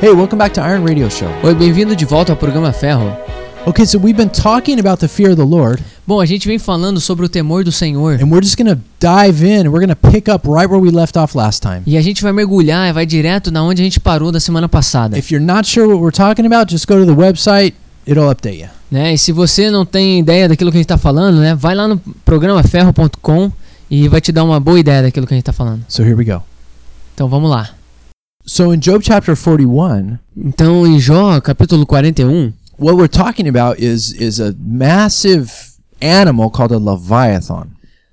Hey, welcome back to Iron Radio Show. Oi, bem-vindo de volta ao programa Ferro. Okay, so we've been talking about the fear of the Lord, Bom, a gente vem falando sobre o temor do Senhor and we're just going to dive in and we're going to pick up right where we left off last time. e a gente vai mergulhar e vai direto na onde a gente parou da semana passada. If you're not sure what we're talking about, just go to the website, it'll update you. Né? E se você não tem ideia daquilo que a gente está falando, né, vai lá no programaferro.com e vai te dar uma boa ideia daquilo que a gente está falando. So here we go. Então vamos lá. So in Job chapter 41, Então, em Jó, capítulo 41, what we're talking about is is a massive animal called a leviathan.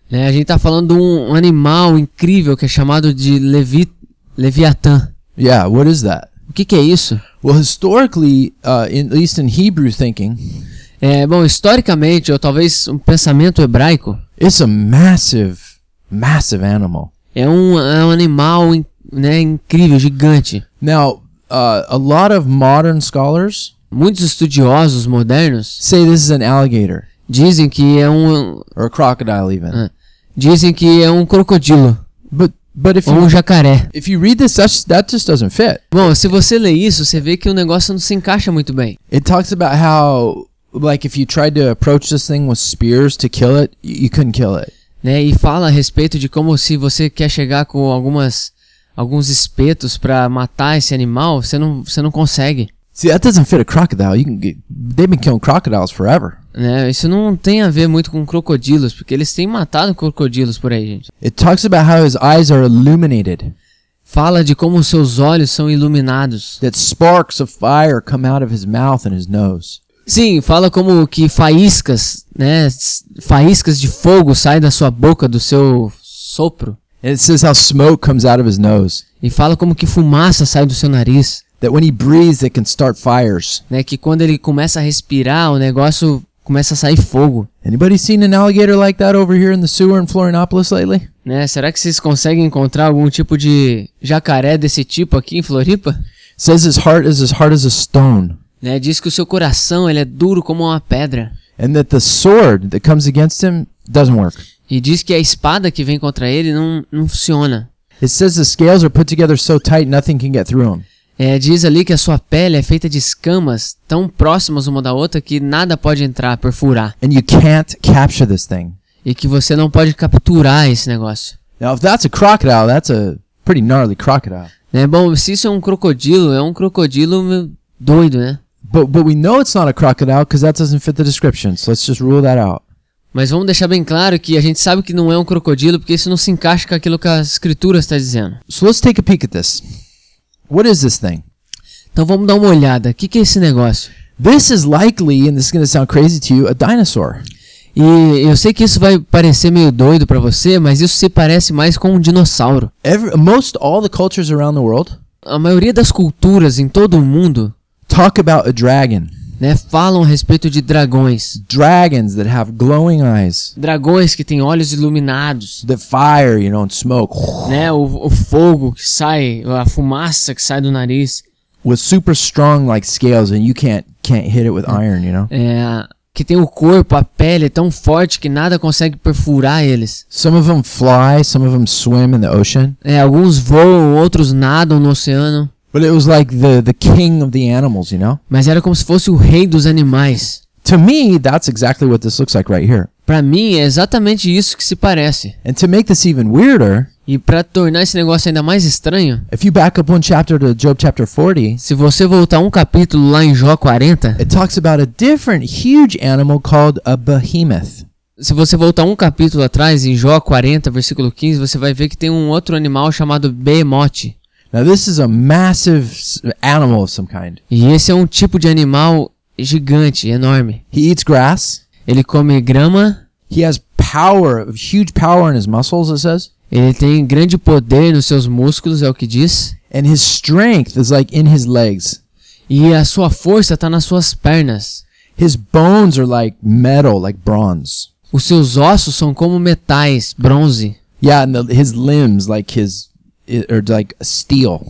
né, a gente está falando de um animal incrível que é chamado de Levi... Leviatã. Yeah, what is that? O que, que é isso? Well, historically, uh, in, at least in Hebrew thinking, É, bom, historicamente, ou talvez um pensamento hebraico, it's a massive, massive animal. É um, é um animal in- né, incrível, gigante. Now, uh, a lot of modern scholars Muitos estudiosos modernos say this is an alligator dizem que é um or a crocodile, even. Ah. dizem que é um crocodilo But but if ou you um jacaré. if you read this, that's, that just doesn't fit. Bom, se você lê isso, você vê que o negócio não se encaixa muito bem. It talks about how like if you tried to approach this thing with spears to kill it, y- you couldn't kill it. Né? E fala a respeito de como se você quer chegar com algumas alguns espetos pra matar esse animal, você não, você não consegue. See, that doesn't fit a crocodile. You can get, they've been killing crocodiles forever. Né? Isso não tem a ver muito com crocodilos, porque eles têm matado crocodilos por aí, gente. It talks about how his eyes are illuminated, Fala de como os seus olhos são iluminados. that sparks of fire come out of his mouth and his nose. Sim, fala como que faíscas, né? s- Faíscas de fogo saem da sua boca, do seu sopro. And it says how smoke comes out of his nose, E fala como que fumaça sai do seu nariz, that when he breathes, it can start fires. né? Que quando ele começa a respirar, o negócio começa a sair fogo, Anybody seen an alligator like that over here in the sewer in Florianopolis lately? né? Será que vocês conseguem encontrar algum tipo de jacaré desse tipo aqui em Floripa? Says his heart is as hard as a stone, Né? Diz que o seu coração, ele é duro como uma pedra. and that the sword that comes against him doesn't work. E diz que a espada que vem contra ele não, não funciona. It says the scales are put together so tight nothing can get through them. É, diz ali que a sua pele é feita de escamas tão próximas uma da outra que nada pode entrar, perfurar. And you can't capture this thing. E que você não pode capturar esse negócio. Now, if that's a crocodile, that's a pretty gnarly crocodile. Né? Bom, se isso é um crocodilo, é um crocodilo meu, doido, né? But but we know it's not a crocodile because that doesn't fit the description. So let's just rule that out. Mas vamos deixar bem claro que a gente sabe que não é um crocodilo porque isso não se encaixa com aquilo que a escritura está dizendo. So let's take a peek at this. What is this thing? Então vamos dar uma olhada. O que, que é esse negócio? This is likely, and this is going to sound crazy to you, a dinosaur. E eu sei que isso vai parecer meio doido pra você, mas isso se parece mais com um dinossauro. Every, most all the cultures around the world A maioria das culturas em todo o mundo talk about a dragon. né, falam a respeito de dragões. Dragons that have glowing eyes, Dragões que têm olhos iluminados, that fire, you know, and smoke, né? O, o fogo que sai, a fumaça que sai do nariz, with super strong like scales, and you can't can't hit it with iron, you know. é, que tem o corpo, a pele é tão forte que nada consegue perfurar eles. Some of them fly, some of them swim in the ocean. É, alguns voam, outros nadam no oceano, But it was like the the king of the animals, you know. mas era como se fosse o rei dos animais. To me, that's exactly what this looks like right here. Pra mim é exatamente isso que se parece. And to make this even weirder, E pra tornar esse negócio ainda mais estranho, if you back up one chapter to Job chapter 40, se você voltar um capítulo lá em Jó 40, it talks about a different huge animal called a behemoth. Se você voltar um capítulo atrás, em Jó 40, versículo 15, você vai ver que tem um outro animal chamado behemote. Now, this is a massive s- animal of some kind. E esse é um tipo de animal gigante, enorme. He eats grass. Ele come grama, He has power, huge power in his muscles, it says. ele tem grande poder nos seus músculos, é o que diz. And his strength is like in his legs. E a sua força está nas suas pernas. His bones are like metal, like bronze. Os seus ossos são como metais, bronze, Yeah, and the, his limbs, like his, i- or like steel.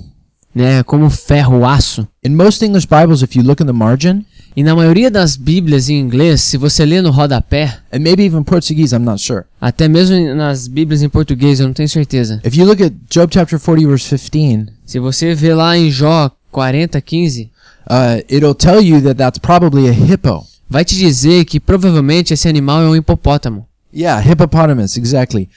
né, como ferro, aço. In most English Bibles, if you look in the margin, E na maioria das bíblias em inglês, se você lê no rodapé, and maybe even Portuguese, I'm not sure. até mesmo em- nas bíblias em português, eu não tenho certeza. If you look at Job chapter 40, verse 15, Se você vê lá em Jó 40, 15, uh, it'll tell you that that's probably a hippo. vai te dizer que provavelmente esse animal é um hipopótamo. Yeah, hippopotamus, exactly.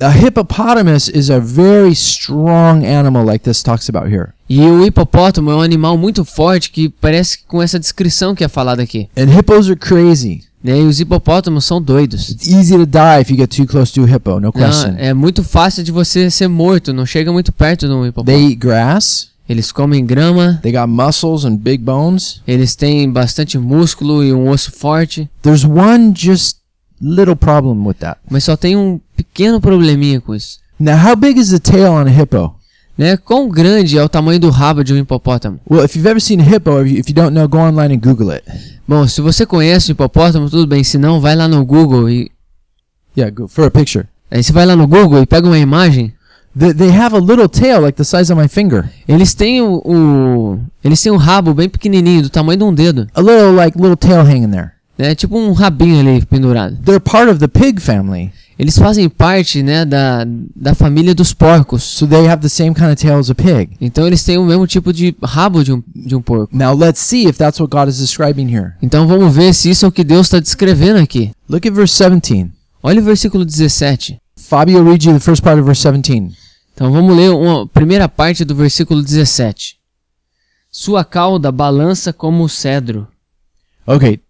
A hippopotamus is a very strong animal, like this talks about here. E o hipopótamo é um animal muito forte que parece que com essa descrição que é falada aqui. And hippos are crazy. Né? E os hipopótamos são doidos. It's easy to die if you get too close to a hippo, no Não, question. é muito fácil de você ser morto, não chega muito perto de um They hipopótamo. eat grass, Eles comem grama, they got muscles and big bones. eles têm bastante músculo e um osso forte, There's one just little problem with that. mas só tem um pequeno probleminha com isso. Now, how big is the tail on a hippo? Né? Quão grande é o tamanho do rabo de um hipopótamo? Well, if you've ever seen a hippo, if you, if you don't know, go online and Google it. Bom, se você conhece o hipopótamo, tudo bem, se não, vai lá no Google e Yeah, go for a picture. aí você vai lá no Google e pega uma imagem. They, they have a little tail like the size of my finger. Eles têm o, o- eles têm um rabo bem pequenininho, do tamanho de um dedo, A little like little tail hanging there. né? Tipo um rabinho ali pendurado. They're part of the pig family, Eles fazem parte, né, da, da família dos porcos. so they have the same kind of tail as a pig. Então eles têm o mesmo tipo de rabo de um, de um porco. Now, let's see if that's what God is describing here. Então vamos ver se isso é o que Deus está descrevendo aqui. Look at verse 17. Olha o versículo 17. Fabio read you the first part of verse 17. Então vamos ler uma primeira parte do versículo 17. Sua cauda balança como o cedro. Okay,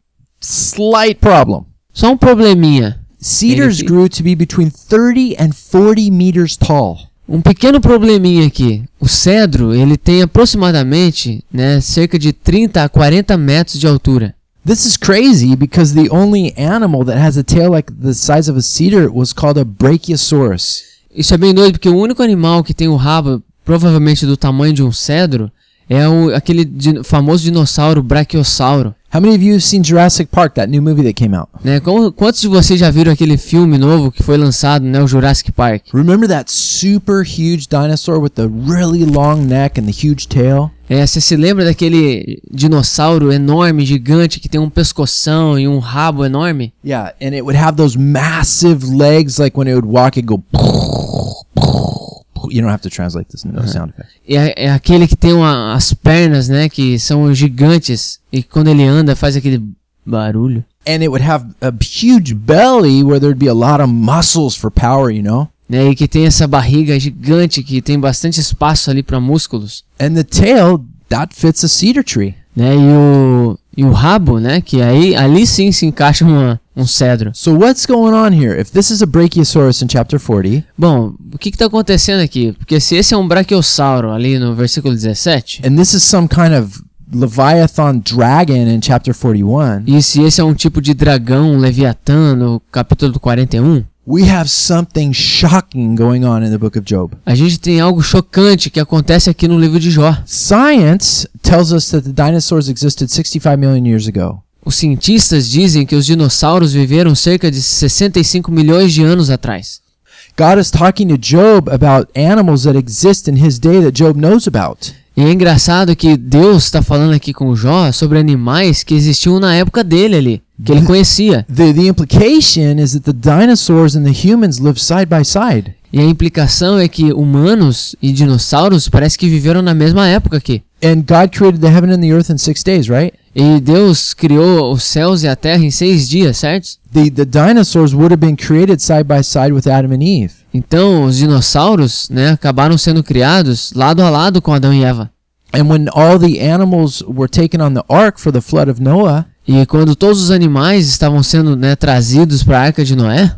slight problem. Só um probleminha. Cedars Anything? grew to be between 30 and 40 meters tall. Um pequeno probleminha aqui. O cedro, ele tem aproximadamente, né, cerca de 30 a 40 metros de altura. This is crazy because the only animal that has a tail like the size of a cedar was called a brachiosaurus. Isso é bem doido porque o único animal que tem o rabo provavelmente do tamanho de um cedro é o, aquele di- famoso dinossauro brachiosauro. How many of you have seen Jurassic Park, that new movie that came out? Né? Como- quantos de vocês já viram aquele filme novo que foi lançado, né, o Jurassic Park? Remember that super huge dinosaur with the really long neck and the huge tail? É, você se lembra daquele dinossauro enorme, gigante, que tem um pescoção e um rabo enorme? Yeah, and it would have those massive legs, like when it would walk, it'd go. You don't have to translate this into a sound effect. É, é aquele que tem uma- as pernas, né, que são gigantes e quando ele anda faz aquele barulho. And it would have a huge belly where there'd be a lot of muscles for power, you know? Né, e que tem essa barriga gigante que tem bastante espaço ali para músculos. And the tail, that fits a cedar tree. Né, e, o, e o rabo, né, que aí ali sim se encaixa uma- um cedro. So what's going on here? If this is a brachiosaurus in chapter 40, Bom, o que está acontecendo aqui? Porque se esse é um brachiosauro ali no versículo 17, and this is some kind of leviathan dragon in chapter 41, E se esse é um tipo de dragão, um leviatã, no capítulo 41, we have something shocking going on in the book of Job. a gente tem algo chocante que acontece aqui no livro de Jó. Science tells us that the dinosaurs existed 65 million years ago. Os cientistas dizem que os dinossauros viveram cerca de 65 milhões de anos atrás. God is talking to Job about animals that exist in his day that Job knows about. E é engraçado que Deus está falando aqui com Jó sobre animais que existiam na época dele ali, que ele conhecia. The, the implication is that the dinosaurs and the humans live side by side. E a implicação é que humanos e dinossauros parece que viveram na mesma época aqui. And God created the heaven and the earth in six days, right? E Deus criou os céus e a terra em seis dias, certo? the, the dinosaurs would have been created side by side with Adam and Eve. Então, os dinossauros, né, acabaram sendo criados lado a lado com Adão e Eva. And when all the animals were taken on the ark for the flood of Noah, E quando todos os animais estavam sendo, né, trazidos para a arca de Noé,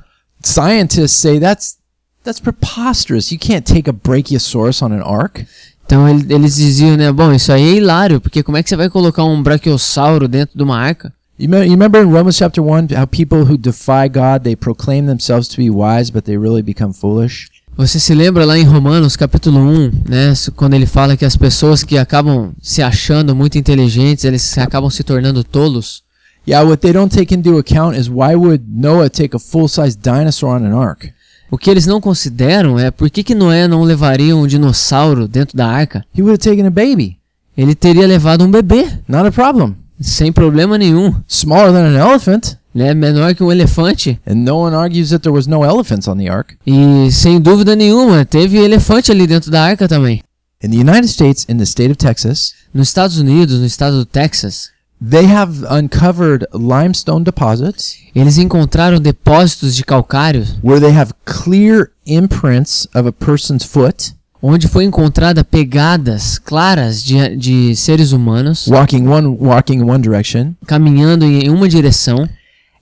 scientists say that's that's preposterous. You can't take a brachiosaurus on an ark. então ele- eles diziam, né, bom, isso aí é hilário, porque como é que você vai colocar um brachiosauro dentro de uma arca? You, me- you remember in Romans chapter 1 how people who defy God, they proclaim themselves to be wise, but they really become foolish? Você se lembra lá em Romanos capítulo 1, né, s- quando ele fala que as pessoas que acabam se achando muito inteligentes, eles se- acabam se tornando tolos? Yeah, what they don't take into account is why would Noah take a full-size dinosaur on an ark? O que eles não consideram é por que, que Noé não levaria um dinossauro dentro da arca? He would have taken a baby. Ele teria levado um bebê. Not a problem. Sem problema nenhum, Smaller than an elephant. né? Menor que um elefante. And no one argues that there was no elephants on the ark. E sem dúvida nenhuma, teve elefante ali dentro da arca também. In the United States, in the state of Texas, Nos Estados Unidos, no estado do Texas, They have uncovered limestone deposits eles encontraram depósitos de calcário where they have clear imprints of a person's foot onde foi encontrada pegadas claras de, de seres humanos walking one walking in one direction caminhando em uma direção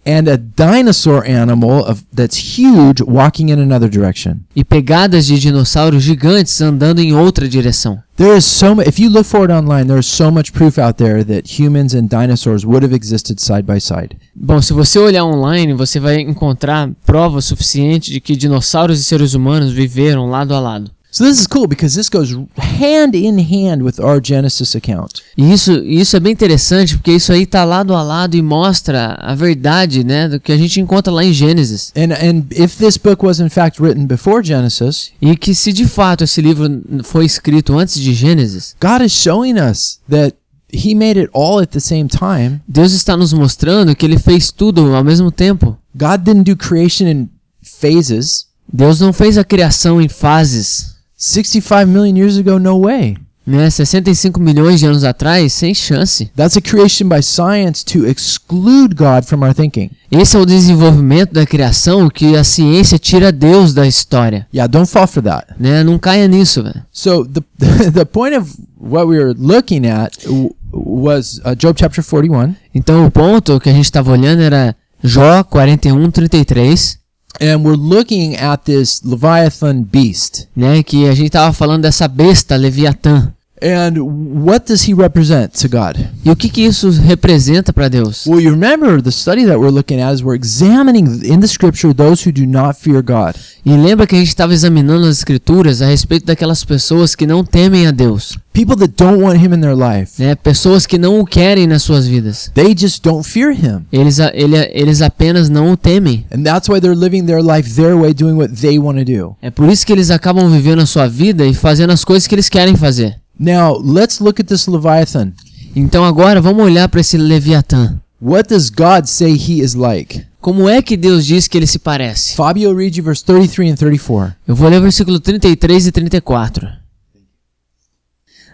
and a dinosaur animal of, that's huge walking in another direction. e pegadas de dinossauros gigantes andando em outra direção. There is so much if you look for it online there is so much proof out there that humans and dinosaurs would have existed side by side. Bom, se você olhar online, você vai encontrar prova suficiente de que dinossauros e seres humanos viveram lado a lado. So this is cool because this goes hand in hand with our Genesis account. E isso, isso é bem interessante, porque isso aí tá lado a lado e mostra a verdade, né, do que a gente encontra lá em Gênesis. And and if this book was in fact written before Genesis, E que se de fato esse livro foi escrito antes de Gênesis, God is showing us that he made it all at the same time. Deus está nos mostrando que ele fez tudo ao mesmo tempo. God didn't do creation in phases. Deus não fez a criação em fases, 65 million years ago, no way. né, 65 milhões de anos atrás, sem chance. That's a creation by science to exclude God from our thinking. Esse é o desenvolvimento da criação que a ciência tira Deus da história. Yeah, don't fall for that. Né? Não caia nisso, velho. So the the point of what we were looking at w- was uh, Job chapter 41, Então o ponto que a gente estava olhando era Jó 41, 33, and we're looking at this leviathan beast. né? que a gente estava falando dessa besta Leviatã. And what does he represent to God? E o que, que isso representa para Deus? Well, you remember the study that we're looking at is we're examining in the scripture those who do not fear God. E lembra que a gente estava examinando as escrituras a respeito daquelas pessoas que não temem a Deus, People that don't want him in their life. né? pessoas que não o querem nas suas vidas. They just don't fear him. Eles, a- ele, eles apenas não o temem. And that's why they're living their life their way, doing what they want to do. É por isso que eles acabam vivendo a sua vida e fazendo as coisas que eles querem fazer. Now, let's look at this Leviathan. Então agora vamos olhar para esse Leviatã. What does God say he is like? Como é que Deus diz que ele se parece? Fabio, read you verse 33 and 34. Eu vou ler o versículo 33 e 34.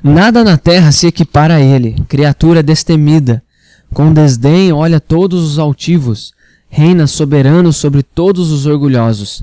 Nada na terra se equipara a ele, criatura destemida. Com desdém olha todos os altivos, reina soberano sobre todos os orgulhosos.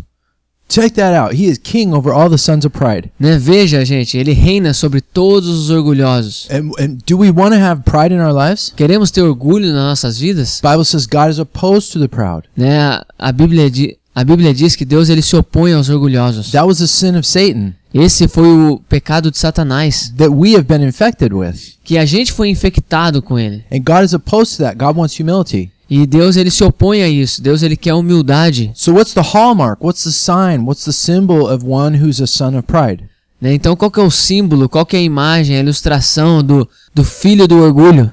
Check that out. He is king over all the sons of pride. Né? Veja, gente, ele reina sobre todos os orgulhosos. And, and do we want to have pride in our lives? Queremos ter orgulho nas nossas vidas? Bible says God is opposed to the proud. Né? a- A Bíblia, di- a Bíblia diz que Deus ele se opõe aos orgulhosos. That was a sin of Satan Esse foi o pecado de Satanás, that we have been infected with. que a gente foi infectado com ele. And God is opposed to that. God wants humility. E Deus ele se opõe a isso. Deus ele quer humildade, So what's the hallmark? What's the sign? What's the symbol of one who's a son of pride? né? Então qual que é o símbolo, qual que é a imagem, a ilustração do do filho do orgulho?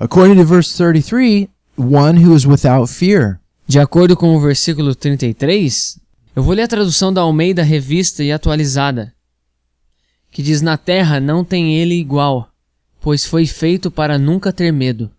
According to verse 33, one who is without fear. De acordo com o versículo 33, eu vou ler a tradução da Almeida Revista e Atualizada, que diz: Na terra não tem ele igual, pois foi feito para nunca ter medo.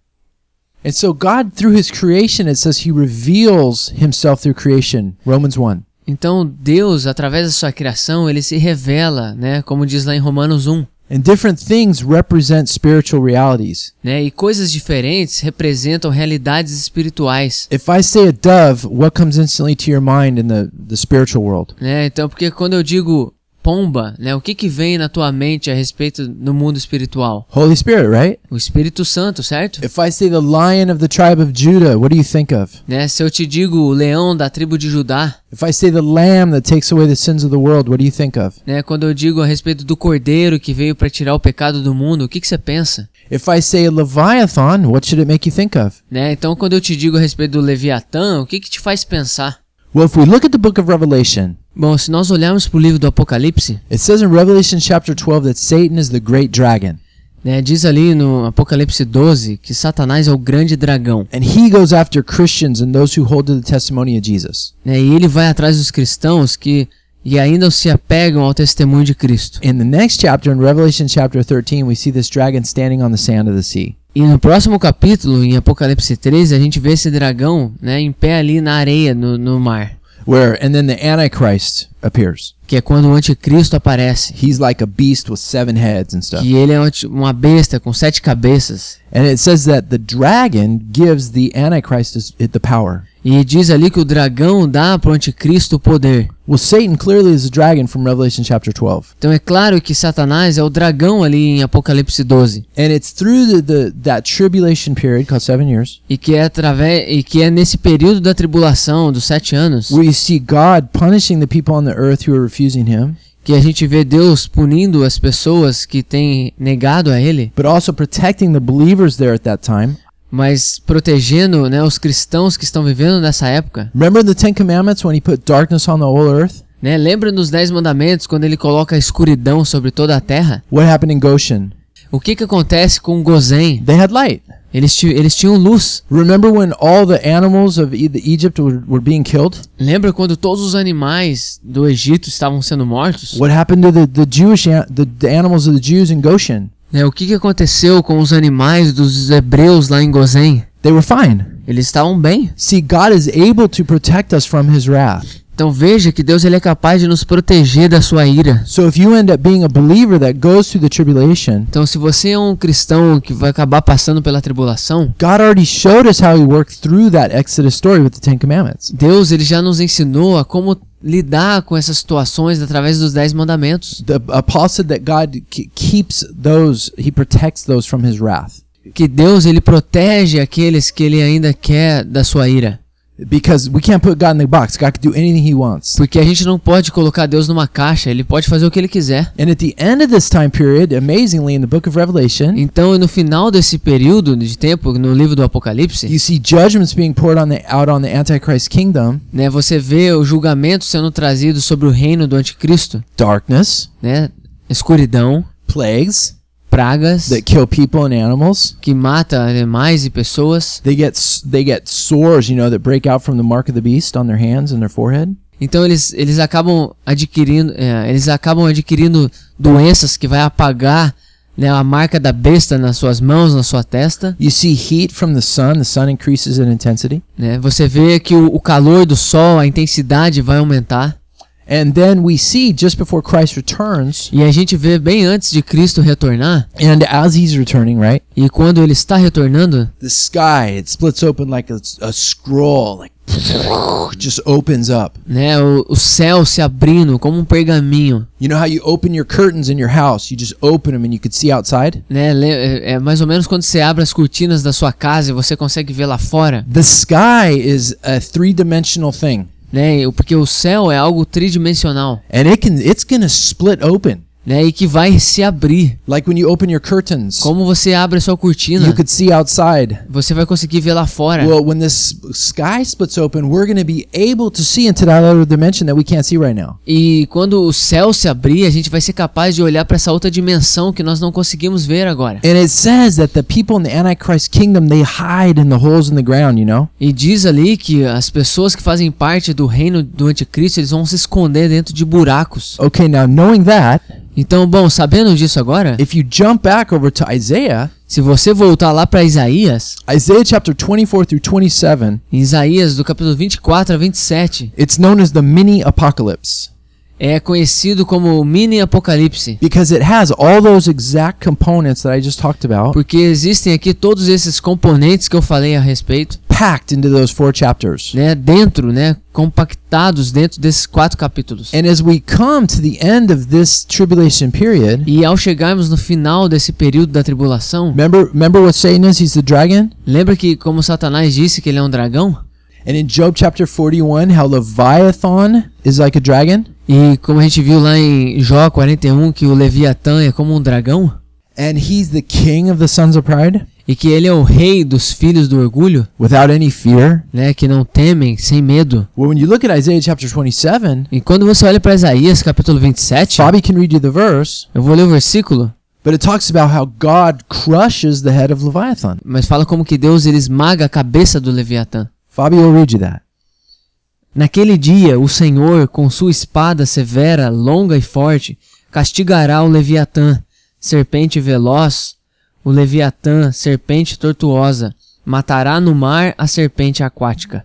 And so God through his creation it says he reveals himself through creation. Romans 1. Então Deus, através da sua criação, ele se revela, né, como diz lá em Romanos 1, And different things represent spiritual realities. né? E coisas diferentes representam realidades espirituais, If I say a dove, what comes instantly to your mind in the, the spiritual world? né? Então, porque quando eu digo pomba, né, o que que vem na tua mente a respeito do mundo espiritual? Holy Spirit, right? O Espírito Santo, certo? If I say the lion of the tribe of Judah, what do you think of? Né? Se eu te digo o leão da tribo de Judá, If I say the lamb that takes away the sins of the world, what do you think of? né, quando eu digo a respeito do cordeiro que veio para tirar o pecado do mundo, o que que você pensa? If I say a leviathan, what should it make you think of? Né? Então, quando eu te digo a respeito do Leviatã, o que que te faz pensar? Well, if we look at the book of Revelation, Bom, se nós olharmos para o livro do Apocalipse, it says in Revelation chapter 12 that Satan is the great dragon, né, diz ali no Apocalipse 12 que Satanás é o grande dragão, and he goes after Christians and those who hold to the testimony of Jesus. né, e ele vai atrás dos cristãos que e ainda se apegam ao testemunho de Cristo. In the next chapter, in Revelation chapter 13, we see this dragon standing on the sand of the sea. E no próximo capítulo, em Apocalipse 13, a gente vê esse dragão né, em pé ali na areia, no, no mar. where and then the antichrist appears que é quando o anticristo aparece. he's like a beast with seven heads and stuff Que ele é um anti- uma besta com sete cabeças. and it says that the dragon gives the antichrist his, it- the power E diz ali que o dragão dá pro anticristo o poder. well satan clearly is a dragon from revelation chapter 12 Então é claro que Satanás é o dragão ali em Apocalipse 12. and it's through the, the that tribulation period called seven years E que, é através, e que é nesse período da tribulação, dos sete anos, where you see god punishing the people on the earth who are refusing him que a gente vê Deus punindo as pessoas que têm negado a Ele, but also protecting the believers there at that time mas protegendo né, os cristãos que estão vivendo nessa época. remember the ten commandments when he put darkness on the whole earth Né? Lembra nos Dez Mandamentos, quando Ele coloca a escuridão sobre toda a terra? what happened in goshen O que, que acontece com Gozém? they had light Eles, ti- eles tinham luz. Remember when all the animals of E- the Egypt were, were being killed? Lembra quando todos os animais do Egito estavam sendo mortos? What happened to the, the Jewish an- the, the animals of the Jews in Goshen? Né, o que, que aconteceu com os animais dos hebreus lá em Gozém? They were fine. Eles estavam bem. See, God is able to protect us from his wrath. Então veja que Deus ele é capaz de nos proteger da sua ira. So if you end up being a believer that goes through the tribulation, Então, se você é um cristão que vai acabar passando pela tribulação, God already showed us how he worked through that Exodus story with the 10 commandments. Deus ele já nos ensinou a como lidar com essas situações através dos dez mandamentos, The apostle said that God ke- keeps those, he protects those from his wrath. que Deus ele protege aqueles que ele ainda quer da sua ira, Because we can't put God in the box. God can do anything he wants. porque a gente não pode colocar Deus numa caixa, ele pode fazer o que ele quiser. And at the end of this time period, amazingly in the book of Revelation, Então, no final desse período de tempo, no livro do Apocalipse, you see judgments being poured on the out on the antichrist kingdom né, você vê o julgamento sendo trazido sobre o reino do anticristo, darkness né? Escuridão, plagues pragas that kill people and animals que mata animais e pessoas. they get s- they get sores you know that break out from the mark of the beast on their hands and their forehead Então eles, eles acabam adquirindo é, eles acabam adquirindo doenças que vai apagar né, a marca da besta nas suas mãos, na sua testa. you see heat from the sun the sun increases in intensity né? Você vê que o, o calor do sol, a intensidade vai aumentar. and then we see just before christ returns E a gente vê bem antes de Cristo retornar and as he's returning right e quando ele está retornando, the sky it splits open like a, a scroll like just opens up né, o, o céu se abrindo como um pergaminho. you know how you open your curtains in your house you just open them and you could see outside Né, Le- é, é mais ou menos quando você abre as cortinas da sua casa e você consegue ver lá fora, The sky is a three-dimensional thing, né? e- Porque o céu é algo tridimensional, and it can it's gonna split open. né? E que vai se abrir. Like when you open your curtains, Como você abre a sua cortina, you could see outside. você vai conseguir ver lá fora. Well, when this sky splits open, we're gonna be able to see into that other dimension that we can't see right now. E quando o céu se abrir, a gente vai ser capaz de olhar para essa outra dimensão que nós não conseguimos ver agora. And it says that the people in the Antichrist kingdom they hide in the holes in the ground. You know, E diz ali que as pessoas que fazem parte do reino do anticristo, eles vão se esconder dentro de buracos. okay. Now knowing that, Então, bom, sabendo disso agora, if you jump back over to Isaiah, se você voltar lá para Isaías, Isaiah chapter 24 through 27, em Isaías do capítulo 24 a 27, it's known as the mini apocalypse. é conhecido como o mini apocalipse, because it has all those exact components that I just talked about porque existem aqui todos esses componentes que eu falei a respeito. packed into those four chapters. né, dentro, né, compactados dentro desses quatro capítulos. And as we come to the end of this tribulation period, E ao chegarmos no final desse período da tribulação, remember remember what Satan is? He's the dragon. lembra que como Satanás disse que ele é um dragão? And in Job chapter 41, how Leviathan is like a dragon E como a gente viu lá em Jó 41 que o Leviatã é como um dragão and he's the king of the sons of pride e que ele é o rei dos filhos do orgulho, without any fear. né, que não temem, sem medo. Well, when you look at Isaiah chapter 27, E quando você olha para Isaías capítulo 27, Bobby can read you the verse, eu vou ler o versículo, but it talks about how God crushes the head of Leviathan. mas fala como que Deus ele esmaga a cabeça do Leviatã. Bobby will read you that. Naquele dia, o Senhor, com sua espada severa, longa e forte, castigará o Leviatã, serpente veloz, o Leviatã, serpente tortuosa, matará no mar a serpente aquática.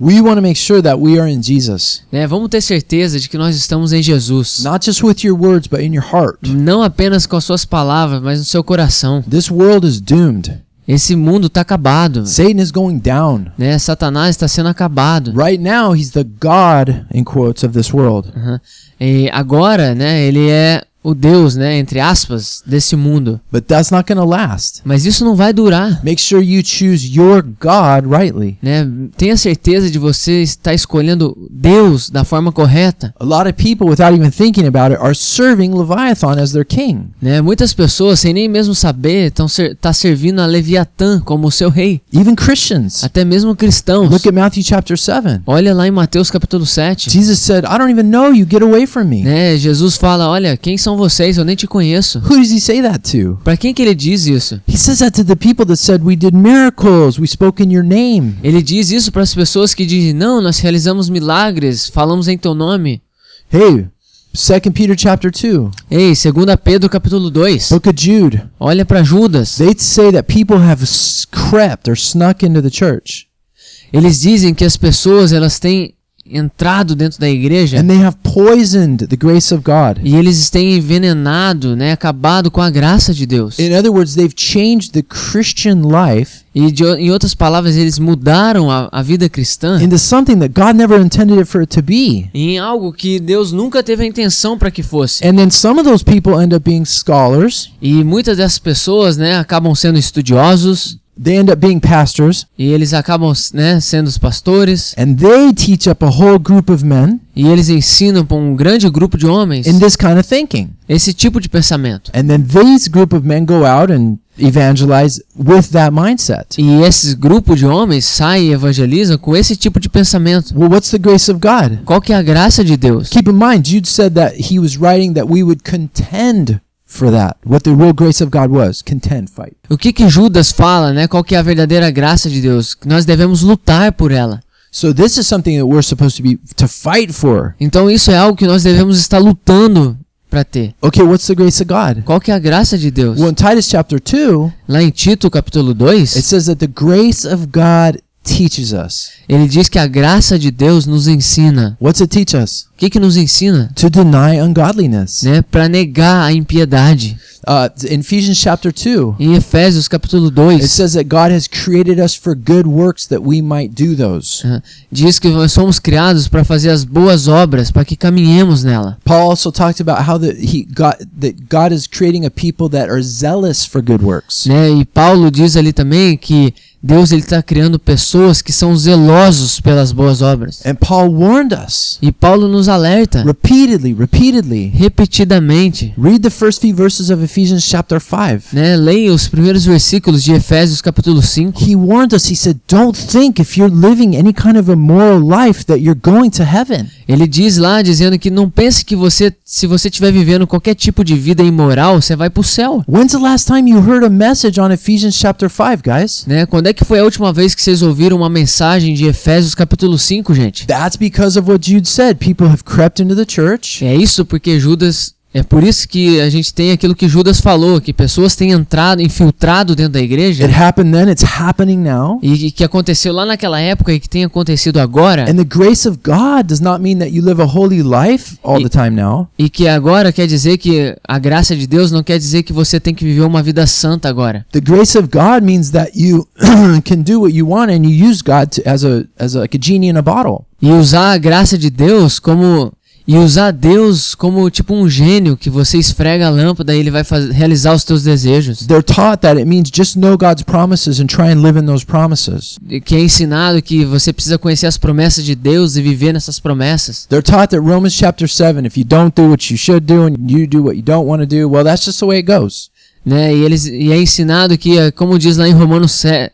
We want to make sure that we are in Jesus, né? Vamos ter certeza de que nós estamos em Jesus. not just with your words, but in your heart. Não apenas com as suas palavras, mas no seu coração. This world is doomed. Esse mundo tá acabado, Satan is going down. né? Satanás está sendo acabado. Right now, he's the God, in quotes, of this world. Aham. E agora, né, ele é o Deus, né, entre aspas, desse mundo. But that's not going to last. Mas isso não vai durar, Make sure you choose your God rightly. né? Tenha certeza de você estar escolhendo Deus da forma correta, A lot of people, without even thinking about it, are serving Leviathan as their king, né? Muitas pessoas, sem nem mesmo saber, estão ser, tá servindo a Leviatã como seu rei, even Christians. até mesmo cristãos. Look at Matthew chapter 7. Olha lá em Mateus capítulo 7, Jesus said, I don't even know you, get away from me. né? Jesus fala, olha, quem são vocês? Eu nem te conheço. Who does he say that to? Para quem que ele diz isso? He says that to the people that said, We did miracles, we spoke in your name. Ele diz isso para as pessoas que dizem: "Não, nós realizamos milagres, falamos em teu nome". Hey, 2 Peter chapter 2, Ei, 2 Pedro capítulo 2. book of Jude. Olha para Judas. They say that people have s- crept or snuck into the church Eles dizem que as pessoas elas têm entrado dentro da igreja and they have poisoned the grace of God. e eles têm envenenado, né, acabado com a graça de Deus. In other words, they've changed the Christian life E de, o- em outras palavras, eles mudaram a, a vida cristã into something that God never intended it for it to be. em algo que Deus nunca teve a intenção para que fosse. And then some of those people end up being scholars, E muitas dessas pessoas, né, acabam sendo estudiosos they end up being pastors, e eles acabam, né, sendo os pastores. and they teach up a whole group of men E eles ensinam para um grande grupo de homens in this kind of thinking. esse tipo de pensamento. And then these group of men go out and evangelize with that mindset. E esse grupo de homens sai e evangeliza com esse tipo de pensamento. Well, what's the grace of God? Qual que é a graça de Deus? Keep in mind, Jude said that he was writing that we would contend for that. What the real grace of God was contend, fight. O que que Judas fala, né? Qual que é a verdadeira graça de Deus? Que Nós devemos lutar por ela. So this is something that we're supposed to be to fight for. Então isso é algo que nós devemos estar lutando para ter. Okay, what's the grace of God? Qual que é a graça de Deus? Well, in Titus chapter 2, Lá em Tito, capítulo it 2, says that the grace of God teaches us. ele diz que a graça de Deus nos ensina. What's it teach us? O que que nos ensina? To deny ungodliness. Né? Para negar a impiedade. Uh, in Ephesians chapter 2, Em Efésios, capítulo 2, It says that God has created us for good works that we might do those. Aham. né, Diz que nós somos criados para fazer as boas obras, para que caminhemos nela. Paul also talked about how that he got that God is creating a people that are zealous for good works. Né? E Paulo diz ali também que Deus está criando pessoas que são zelosos pelas boas obras. And Paul warned us E Paulo nos alerta repeatedly, repeatedly. repetidamente. Read the first few verses of Ephesians chapter 5. Né? Leia os primeiros versículos de Efésios capítulo 5. He warned us, he said, Don't think if you're living any kind of immoral life that you're going to heaven. Ele diz lá, dizendo que não pense que você, se você estiver vivendo qualquer tipo de vida imoral, você vai para o céu. When's the last time you heard a message on Ephesians chapter 5, guys? Né? Quando é que foi a última vez que vocês ouviram uma mensagem de Efésios capítulo 5, gente? That's because of what Jude said. People have crept into the church. É isso porque Judas. É por isso que a gente tem aquilo que Judas falou, que pessoas têm entrado, infiltrado dentro da It igreja happened then, it's happening now. e e que aconteceu lá naquela época e que tem acontecido agora And the grace of God does not mean that you live a holy life all the time now. e que agora quer dizer que a graça de Deus não quer dizer que você tem que viver uma vida santa agora. The grace of God means that you can do what you want and you use God to, as a as a, like a genie in a bottle. E usar a graça de Deus como e usar Deus como tipo um gênio que você esfrega a lâmpada e ele vai faz- realizar os teus desejos. They're taught that it means just know God's promises and try and live in those promises. E Que é ensinado que você precisa conhecer as promessas de Deus e viver nessas promessas. They're taught that Romans chapter 7 if you don't do what you should do and you do what you don't want to do, well that's just the way it goes. né? E eles e é ensinado que é, como diz lá em Romanos 7,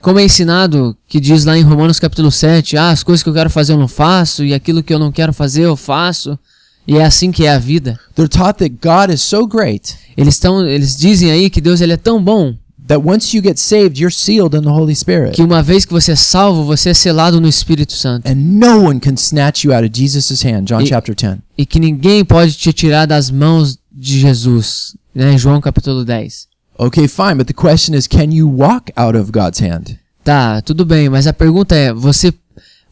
como é ensinado que diz lá em Romanos capítulo 7, ah, as coisas que eu quero fazer eu não faço e aquilo que eu não quero fazer eu faço, e é assim que é a vida. They're taught that God is so great Eles estão eles dizem aí que Deus ele é tão bom that once you get saved, you're sealed in the Holy Spirit. que uma vez que você é salvo, você é selado no Espírito Santo And no one can snatch you out of Jesus' hand, John Y- chapter 10. e que ninguém pode te tirar das mãos de Jesus, né? João capítulo 10. Okay, fine, but the question is can you walk out of God's hand? Tá, tudo bem, mas a pergunta é, você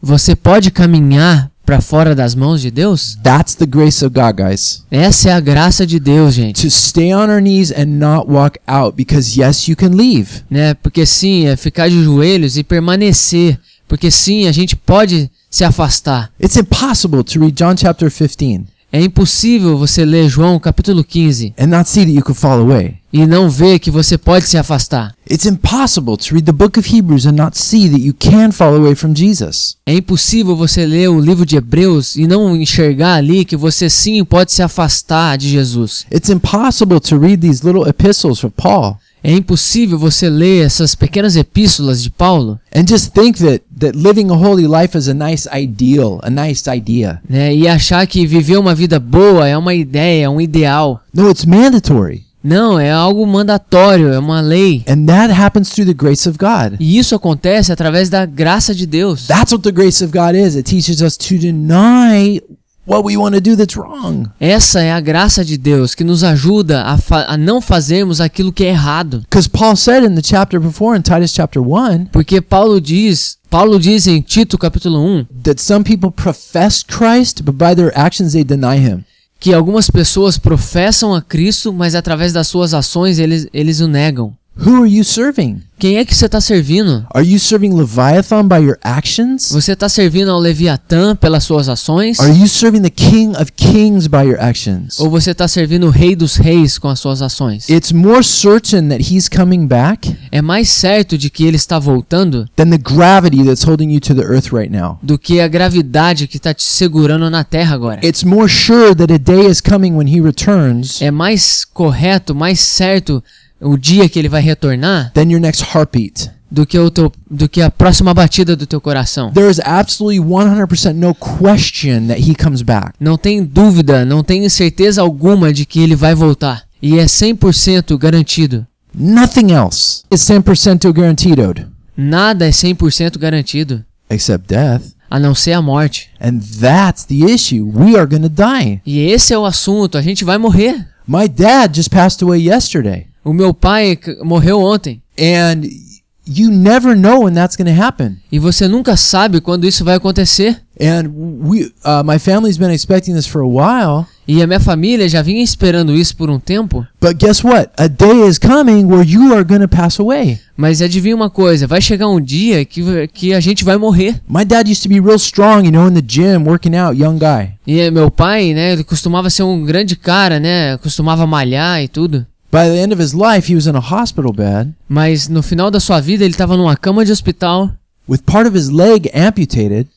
Você pode caminhar para fora das mãos de Deus? That's the grace of God, guys. Essa é a graça de Deus, gente. To stay on our knees and not walk out because, yes, you can leave. Né? Porque sim, é ficar de joelhos e permanecer. Porque sim, a gente pode se afastar. It's impossible to read John chapter 15 É impossível você ler João capítulo 15 and not see that you can fall away. e não ver que você pode se afastar. It's impossible to read the book of Hebrews and not see that you can fall away from Jesus. É impossível você ler o livro de Hebreus e não enxergar ali que você sim pode se afastar de Jesus. It's impossible to read these little epistles of Paul É impossível você ler essas pequenas epístolas de Paulo and just think that, that living a holy life is a nice ideal, a nice idea. né, e achar que viver uma vida boa é uma ideia, é um ideal. No, it's mandatory. Não, é algo mandatório, é uma lei. And that happens through the grace of God. E isso acontece através da graça de Deus. That's what the grace of God is. It teaches us to deny what we want to do that's wrong. Essa é a graça de Deus que nos ajuda a, fa- a não fazermos aquilo que é errado. Because Paul said in the chapter before, in Titus chapter 1, Porque Paulo diz, Paulo diz em Tito capítulo 1, that some people profess Christ, but by their actions they deny him. que algumas pessoas professam a Cristo, mas através das suas ações eles, eles o negam. Who are you serving? Quem é que você está servindo? Are you serving Leviathan by your actions? Você está servindo ao Leviatã pelas suas ações? Are you serving the King of Kings by your actions? Ou você está servindo o Rei dos Reis com as suas ações? It's more certain that he's coming back É mais certo de que ele está voltando than the gravity that's holding you to the earth right now. do que a gravidade que está te segurando na terra agora. It's more sure that a day is coming when he returns É mais correto, mais certo o dia que ele vai retornar than your next heartbeat. do que, o teu, do que a próxima batida do teu coração. There is absolutely 100% no question that he comes back. Não tem dúvida, não tem certeza alguma de que ele vai voltar. E é 100% garantido. Nothing else is 100% guaranteed, Nada é 100% garantido, except death. a não ser a morte. And that's the issue. We are going to die. E esse é o assunto, a gente vai morrer. My dad just passed away yesterday. O meu pai c- morreu ontem. And you never know when that's going to happen. E você nunca sabe quando isso vai acontecer. And we, uh, my family's been expecting this for a while. E a minha família já vinha esperando isso por um tempo. But guess what? A day is coming where you are going to pass away. Mas adivinha uma coisa, vai chegar um dia que, que a gente vai morrer. My dad used to be real strong, you know, in the gym, working out, young guy. E eh, meu pai, né, ele costumava ser um grande cara, né, costumava malhar e tudo. By the end of his life, he was in a hospital bed Mas no final da sua vida ele estava numa cama de hospital with part of his leg amputated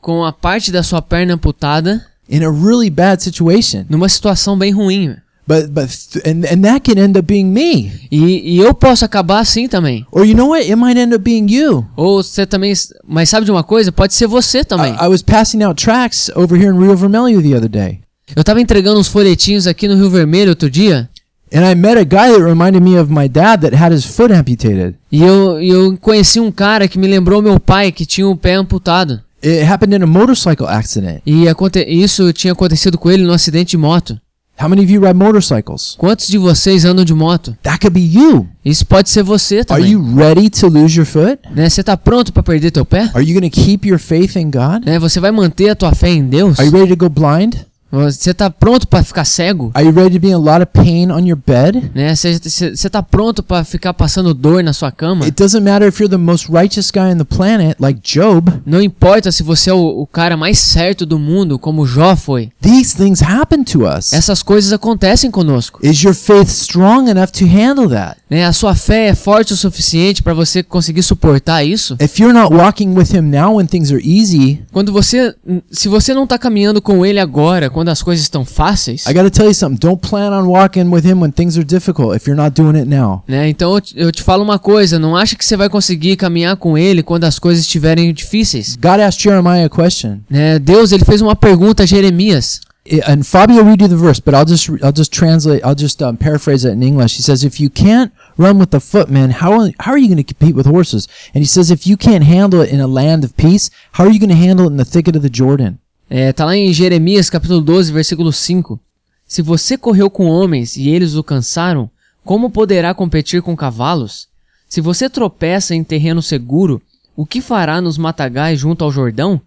com a parte da sua perna amputada in a really bad situation. numa situação bem ruim. But but th- and and that can end up being me. E, e eu posso acabar assim também. Or you know what? It might end up being you. Ou você também. Mas sabe de uma coisa? Pode ser você também. I, I was passing out tracts over here in Rio Vermelho the other day, Eu tava entregando uns folhetinhos aqui no Rio Vermelho outro dia. and I met a guy that reminded me of my dad that had his foot amputated. E eu, e eu conheci um cara que me lembrou meu pai, que tinha o pé amputado. It happened in a motorcycle accident. E aconte- isso tinha acontecido com ele num acidente de moto. How many of you ride motorcycles? Quantos de vocês andam de moto? That could be you. Isso pode ser você Are também. you ready to lose your foot? Né? Você tá pronto pra perder teu pé? Are you going to keep your faith in God? Né? Você vai manter a tua fé em Deus? Are you ready to go blind? Você tá pronto pra ficar cego? Are you ready to be in a lot of pain on your bed? Né? Você, você você tá pronto pra ficar passando dor na sua cama? It doesn't matter if you're the most righteous guy on the planet, like Job. Não importa se você é o, o cara mais certo do mundo, como Jó foi. These things happen to us. Essas coisas acontecem conosco. Is your faith strong enough to handle that? Né? A sua fé é forte o suficiente pra você conseguir suportar isso? If you're not walking with Him now when things are easy, Quando você, se você não tá caminhando com ele agora, quando as coisas estão fáceis, I got to tell you something. Don't plan on walking with Him when things are difficult if you're not doing it now. né? Então eu te, eu te falo uma coisa, não acha que você vai conseguir caminhar com ele quando as coisas estiverem difíceis? God asked Jeremiah a question, Né? Deus, ele fez uma pergunta a Jeremias. I- and Fabio read you the verse, but I'll just I'll just translate. I'll just um, paraphrase it in English. He says, "If you can't run with the footmen, how how are you going to compete with horses?" And he says, "If you can't handle it in a land of peace, how are you going to handle it in the thicket of the Jordan?" É, tá lá em Jeremias capítulo 12, versículo 5. Se você correu com homens e eles o cansaram, como poderá competir com cavalos? Se você tropeça em terreno seguro, o que fará nos matagais junto ao Jordão?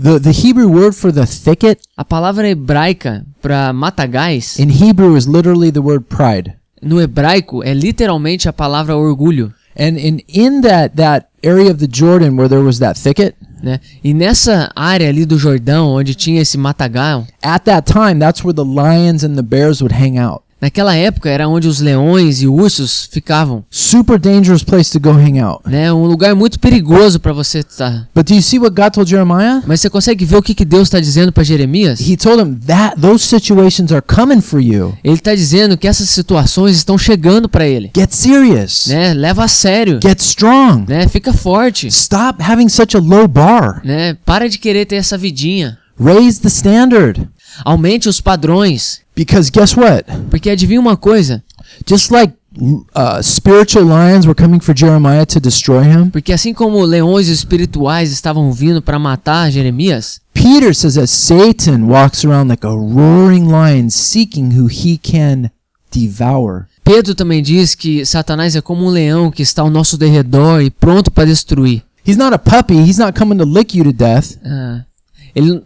The, the Hebrew word for the thicket A palavra hebraica para matagais in Hebrew is literally the word pride. no hebraico é literalmente a palavra orgulho, And in, in that, that area of the Jordan where there was that thicket, né? E nessa área ali do Jordão onde tinha esse matagal, at that time, that's where the lions and the bears would hang out. naquela época era onde os leões e ursos ficavam, Super dangerous place to go hang out. né? Um lugar muito perigoso para você tá estar. But do you see what God told Jeremiah? Mas você consegue ver o que, que Deus está dizendo para Jeremias? He told him that those situations are coming for you. Ele está dizendo que essas situações estão chegando para ele, Get serious. né? Leva a sério, Get strong. né? Fica forte, Stop having such a low bar. né? Para de querer ter essa vidinha. Raise the standard. Aumente os padrões, Because guess what? porque adivinha uma coisa? Just like uh, spiritual lions were coming for Jeremiah to destroy him, Porque assim como leões espirituais estavam vindo para matar Jeremias, Peter says that Satan walks around like a roaring lion seeking who he can devour. Pedro também diz que Satanás é como um leão que está ao nosso derredor e pronto para destruir. He's not a puppy. He's not coming to lick you to death. Ah, ele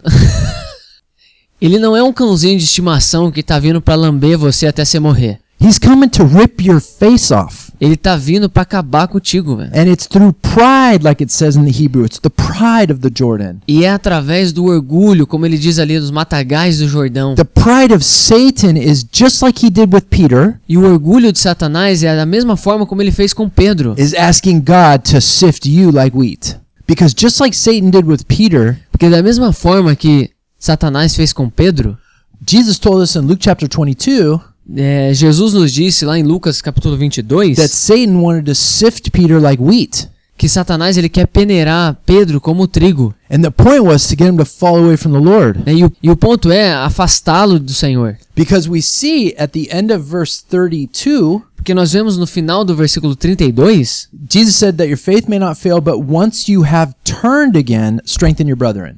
Ele não é um cãozinho de estimação que tá vindo para lamber você até você morrer. He's coming to rip your face off. Ele tá vindo para acabar contigo, velho. And it's through pride, like it says in the Hebrew. It's the pride of the Jordan. E é através do orgulho, como ele diz ali, dos matagais do Jordão. The pride of Satan is just like he did with Peter, E o orgulho de Satanás é da mesma forma como ele fez com Pedro. is asking God to sift you like wheat. Because just like Satan did with Peter, Porque da mesma forma que Satanás fez com Pedro, Jesus told us in Luke chapter 22 É, Jesus nos disse lá em Lucas capítulo that 22 Satan wanted to sift Peter like wheat. que Satanás ele quer peneirar Pedro como trigo. And the point was to get him to fall away from the Lord. né? E, o, e o ponto é afastá-lo do Senhor. Because we see at the end of verse 32, Porque nós vemos no final do versículo 32 Jesus said that your faith may not fail, but once you have turned again, strengthen your brethren.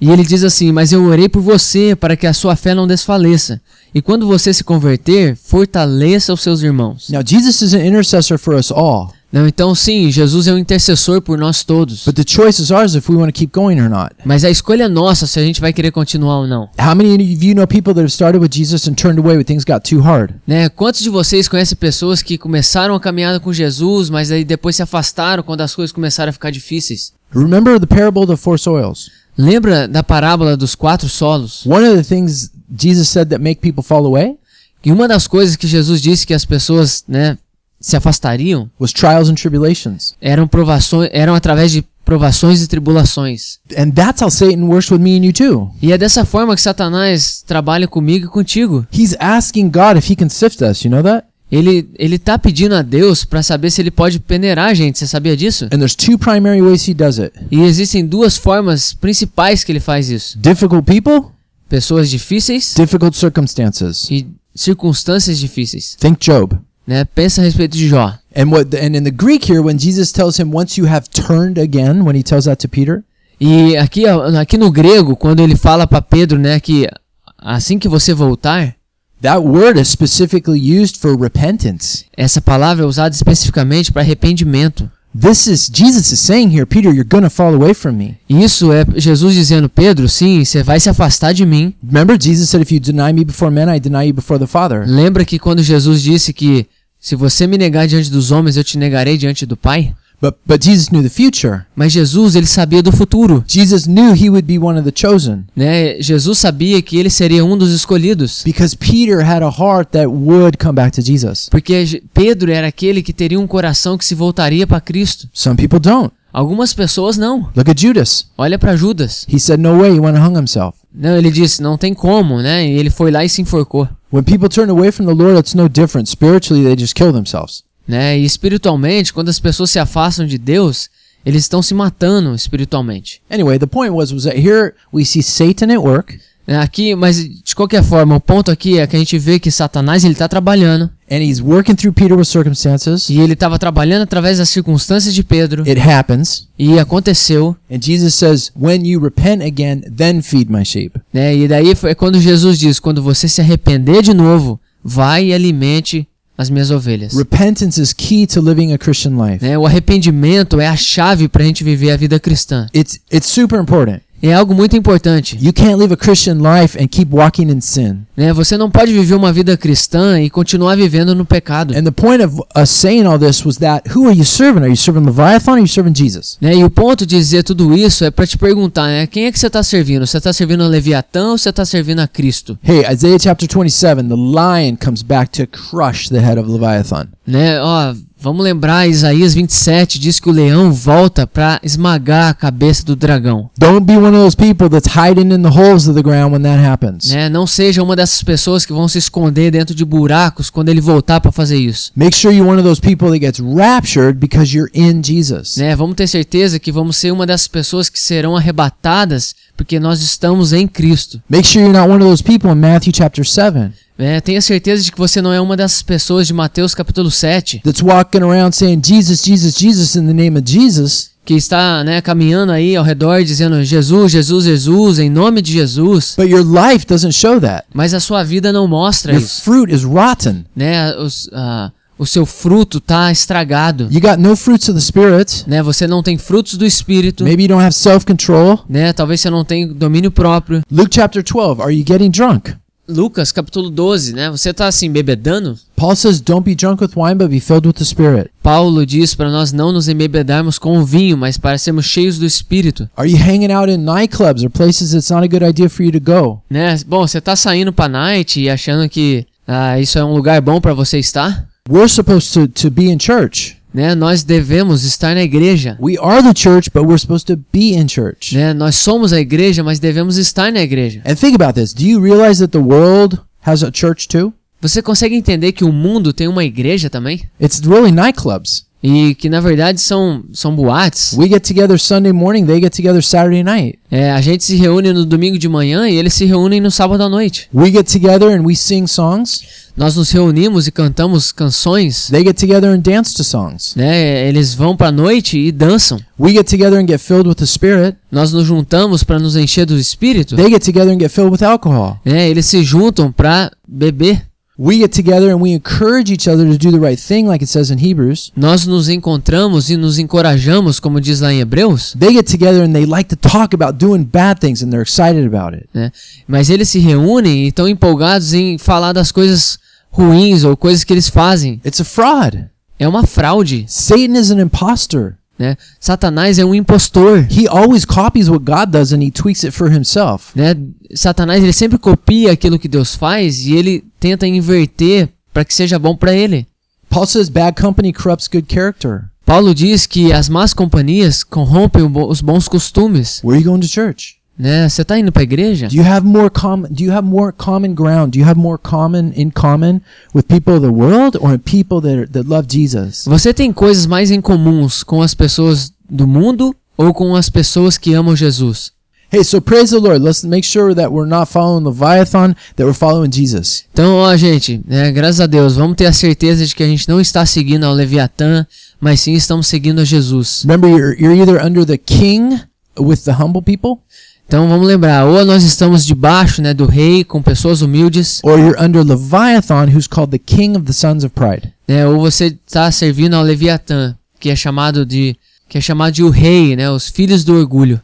e ele diz assim: Mas eu orei por você para que a sua fé não desfaleça. E quando você se converter, fortaleça os seus irmãos. Now, Jesus is an intercessor for us all, Não, então, sim, Jesus é um intercessor por nós todos. but the choice is ours if we want to keep going or not. Mas a escolha é nossa se a gente vai querer continuar ou não. How many of you know people that have started with Jesus and turned away when things got too hard? Né? Quantos de vocês conhecem pessoas que começaram a caminhada com Jesus, mas aí depois se afastaram quando as coisas começaram a ficar difíceis? Remember the parable of the four soils. Lembra da parábola dos quatro solos? One of the things Jesus said that make people fall away E uma das coisas que Jesus disse que as pessoas né, se afastariam was trials and tribulations. eram provações, eram através de provações e tribulações. And that's how Satan works with me and you too. E é dessa forma que Satanás trabalha comigo e contigo. He's asking God if he can sift us, you know that? Ele ele tá pedindo a Deus para saber se ele pode peneirar a gente. Você sabia disso? And there's two primary ways he does it. E existem duas formas principais que ele faz isso: Difficult people, pessoas difíceis difficult circumstances. e circunstâncias difíceis, Think Job. né? Pensa a respeito de Jó. And what and in the Greek here when Jesus tells him once you have turned again when he tells that to Peter, E aqui, ó, aqui no grego, quando ele fala para Pedro, né, que assim que você voltar, that word is specifically used for repentance. essa palavra é usada especificamente para arrependimento. This is Jesus is saying here, Peter, you're going to fall away from me. E Isso é Jesus dizendo, Pedro, sim, você vai se afastar de mim. Remember Jesus said if you deny me before men, I deny you before the Father. Lembra que quando Jesus disse que se você me negar diante dos homens, eu te negarei diante do Pai? But but Jesus knew the future. Mas Jesus, ele sabia do futuro, Jesus knew he would be one of the chosen né? Jesus sabia que ele seria um dos escolhidos. because Peter had a heart that would come back to Jesus. Porque Je- Pedro era aquele que teria um coração que se voltaria para Cristo. Some people don't. Algumas pessoas não. Look at Judas. Olha para Judas. He said no way, he went and hung himself. Não, ele disse, não tem como, né? E ele foi lá e se enforcou, When people turn away from the Lord, it's no different. Spiritually, they just kill themselves. né? E espiritualmente, quando as pessoas se afastam de Deus, eles estão se matando espiritualmente. Anyway, the point was was that here we see Satan at work, Né, Aqui, mas de qualquer forma, o ponto aqui é que a gente vê que Satanás ele tá trabalhando and he's working through Peter with circumstances. e ele estava trabalhando através das circunstâncias de Pedro It happens. e aconteceu, And Jesus says, When you repent again, then feed my sheep. né? E daí foi quando Jesus diz: quando você se arrepender de novo, vai e alimente as minhas ovelhas. Repentance is key to living a Christian life. Né, O arrependimento é a chave para a gente viver a vida cristã. It's it's super important. é algo muito importante. You can't live a Christian life and keep walking in sin. Né? Você não pode viver uma vida cristã e continuar vivendo no pecado. And the point of us saying all this was that who are you serving? Are you serving Leviathan or are you serving Jesus? Né? E o ponto de dizer tudo isso é para te perguntar, né? Quem é que você está servindo? Você está servindo a Leviatã ou você está servindo a Cristo? Hey, Isaiah chapter 27, the lion comes back to crush the head of Leviathan. Né? Ó, vamos lembrar, Isaías 27 diz que o leão volta para esmagar a cabeça do dragão. Don't be one of those people that's hiding in the holes of the ground when that happens. Né? Não seja uma dessas pessoas que vão se esconder dentro de buracos quando ele voltar para fazer isso. Make sure you're one of those people that gets raptured because you're in Jesus. Né? Vamos ter certeza que vamos ser uma dessas pessoas que serão arrebatadas porque nós estamos em Cristo. Make sure you're not one of those people in Matthew chapter 7 Né? Tenha certeza de que você não é uma dessas pessoas de Mateus capítulo 7 that's walking around saying, Jesus, Jesus, Jesus, in the name of Jesus. que está né, caminhando aí ao redor dizendo Jesus, Jesus, Jesus, em nome de Jesus. But your life doesn't show that. Mas a sua vida não mostra Your isso. fruit is rotten. Né? Os- ah, o seu fruto está estragado. You got no fruits of the Spirit. Né? Você não tem frutos do Espírito. Maybe you don't have self control. Né? Talvez você não tenha domínio próprio. Luke chapter 12, are you getting drunk? Lucas capítulo 12, né? Você está assim bebedando? Paul says, Don't be drunk with wine, but be filled with the Spirit. Paulo diz para nós não nos embebedarmos com o vinho, mas para sermos cheios do Espírito. Are you hanging out in nightclubs or places it's not a good idea for you to go? Né? Bom, você tá saindo pra night e achando que ah, isso é um lugar bom pra você estar? We're supposed to, to be in church. Né? Nós devemos estar na igreja. We are the church, but we're supposed to be in church. Né? Nós somos a igreja, mas devemos estar na igreja. And think about this. Do you realize that the world has a church too? Você consegue entender que o mundo tem uma igreja também? It's really nightclubs. E que na verdade são, são boates. We get together Sunday morning, they get together Saturday night. É, a gente se reúne no domingo de manhã e eles se reúnem no sábado à noite. We get together and we sing songs, Nós nos reunimos e cantamos canções. they get together and dance to songs. Né? Eles vão pra noite e dançam. We get together and get filled with the Spirit, Nós nos juntamos para nos encher do espírito. they get together and get filled with alcohol. né, eles se juntam para beber. We get together and we encourage each other to do the right thing, like it says in Hebrews. Nós nos encontramos e nos encorajamos, como diz lá em Hebreus. They get together and they like to talk about doing bad things and they're excited about it. né, Mas eles se reúnem e estão empolgados em falar das coisas ruins ou coisas que eles fazem. It's a fraud. É uma fraude. Satan is an imposter. né, Satanás é um impostor. He always copies what God does and he tweaks it for himself. né, Satanás ele sempre copia aquilo que Deus faz e ele tenta inverter para que seja bom para ele. Paul says bad company corrupts good character. Paulo diz que as más companhias corrompem o bo- os bons costumes. Where are you going to church? né, Você está indo para a igreja? Do you have more com- do you have more common ground? Do you have more common in common with people of the world or in people that are, that love Jesus? Você tem coisas mais em comuns com as pessoas do mundo ou com as pessoas que amam Jesus? Hey, so praise the Lord. Let's make sure that we're not following Leviathan, that we're following Jesus. Então, ó, gente, né, graças a Deus, vamos ter a certeza de que a gente não está seguindo ao Leviatã, mas sim estamos seguindo a Jesus. Remember, you're, you're either under the king with the humble people, Então, vamos lembrar, ou nós estamos debaixo né, do rei, com pessoas humildes, or you're under Leviathan, who's called the king of the sons of pride. né, ou você está servindo ao Leviatã, que é chamado de que é chamado de o rei, né, os filhos do orgulho.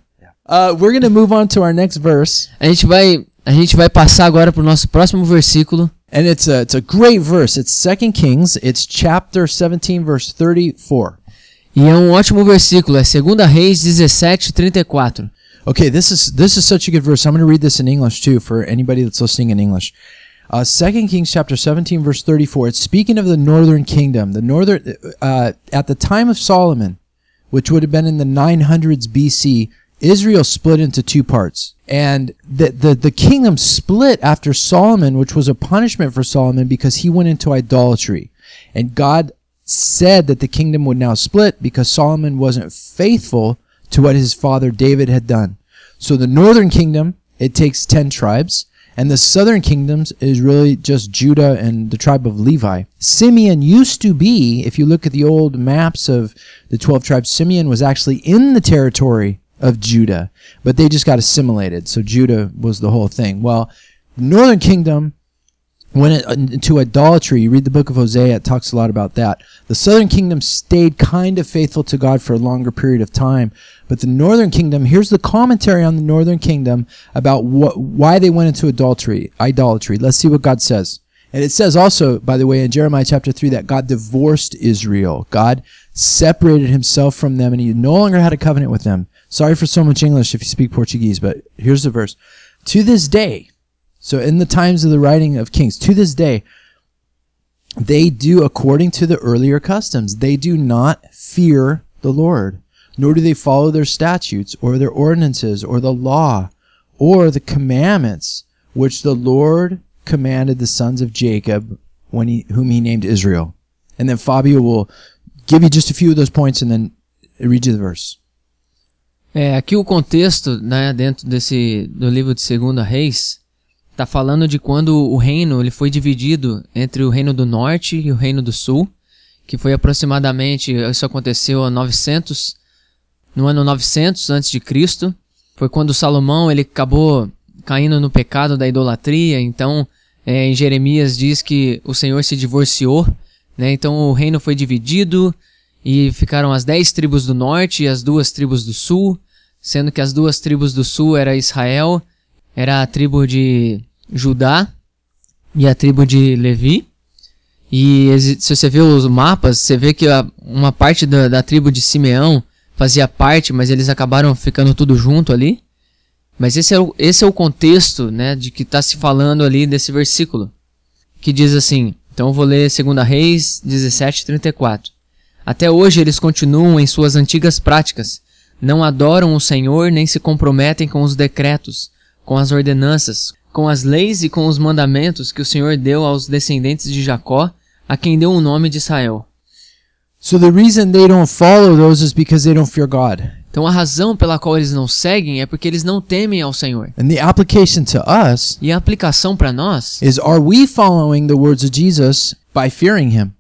Uh, we're going to move on to our next verse, A gente vai, a gente vai passar agora para o nosso próximo versículo, and it's a, it's a great verse. It's 2 Kings, it's chapter 17, verse 34. E é um ótimo versículo, é 2 Reis 17, 34. Okay, this is this is such a good verse. I'm going to read this in English too for anybody that's listening in English. Uh, 2 Kings chapter 17 verse 34. It's speaking of the northern kingdom. The northern uh, at the time of Solomon, which would have been in the 900s BC, Israel split into two parts. And the, the the kingdom split after Solomon, which was a punishment for Solomon because he went into idolatry. And God said that the kingdom would now split because Solomon wasn't faithful to what his father David had done. So the northern kingdom, it takes 10 tribes, and the southern kingdoms is really just Judah and the tribe of Levi. Simeon used to be, if you look at the old maps of the 12 tribes, Simeon was actually in the territory of Judah, but they just got assimilated. So Judah was the whole thing. Well, the northern kingdom When it, uh, to idolatry, you read the book of Hosea, it talks a lot about that. The southern kingdom stayed kind of faithful to God for a longer period of time, but the northern kingdom, here's the commentary on the northern kingdom about what, why they went into adultery, idolatry. Let's see what God says. And it says also, by the way, in Jeremiah chapter 3, that God divorced Israel. God separated himself from them and he no longer had a covenant with them. Sorry for so much English if you speak Portuguese, but here's the verse. To this day, so in the times of the writing of Kings, to this day, they do according to the earlier customs. They do not fear the Lord, nor do they follow their statutes or their ordinances or the law or the commandments which the Lord commanded the sons of Jacob when he, whom he named Israel. And then Fabio will give you just a few of those points and then read you the verse. É, aqui o contexto, né, dentro desse do livro de Segunda Reis, tá falando de quando o reino ele foi dividido entre o reino do norte e o reino do sul, que foi aproximadamente isso aconteceu a 900 no ano 900 antes de Cristo. Foi quando Salomão ele acabou caindo no pecado da idolatria, então é, em Jeremias diz que o Senhor se divorciou, né? Então o reino foi dividido, e ficaram as dez tribos do norte e as duas tribos do sul, sendo que as duas tribos do sul era Israel, era a tribo de Judá e a tribo de Levi. E se você vê os mapas, você vê que a- uma parte da, da tribo de Simeão fazia parte, mas eles acabaram ficando tudo junto ali. Mas esse é o, esse é o contexto né, de que está se falando ali desse versículo, que diz assim, então eu vou ler 2 Reis 17, 34. Até hoje eles continuam em suas antigas práticas. Não adoram o Senhor nem se comprometem com os decretos, com as ordenanças, com as leis e com os mandamentos que o Senhor deu aos descendentes de Jacó, a quem deu o nome de Israel. So the reason they don't follow those is because they don't fear God. Então a razão pela qual eles não seguem é porque eles não temem ao Senhor. And the application to us E a aplicação para nós is are we following the words of Jesus by fearing him?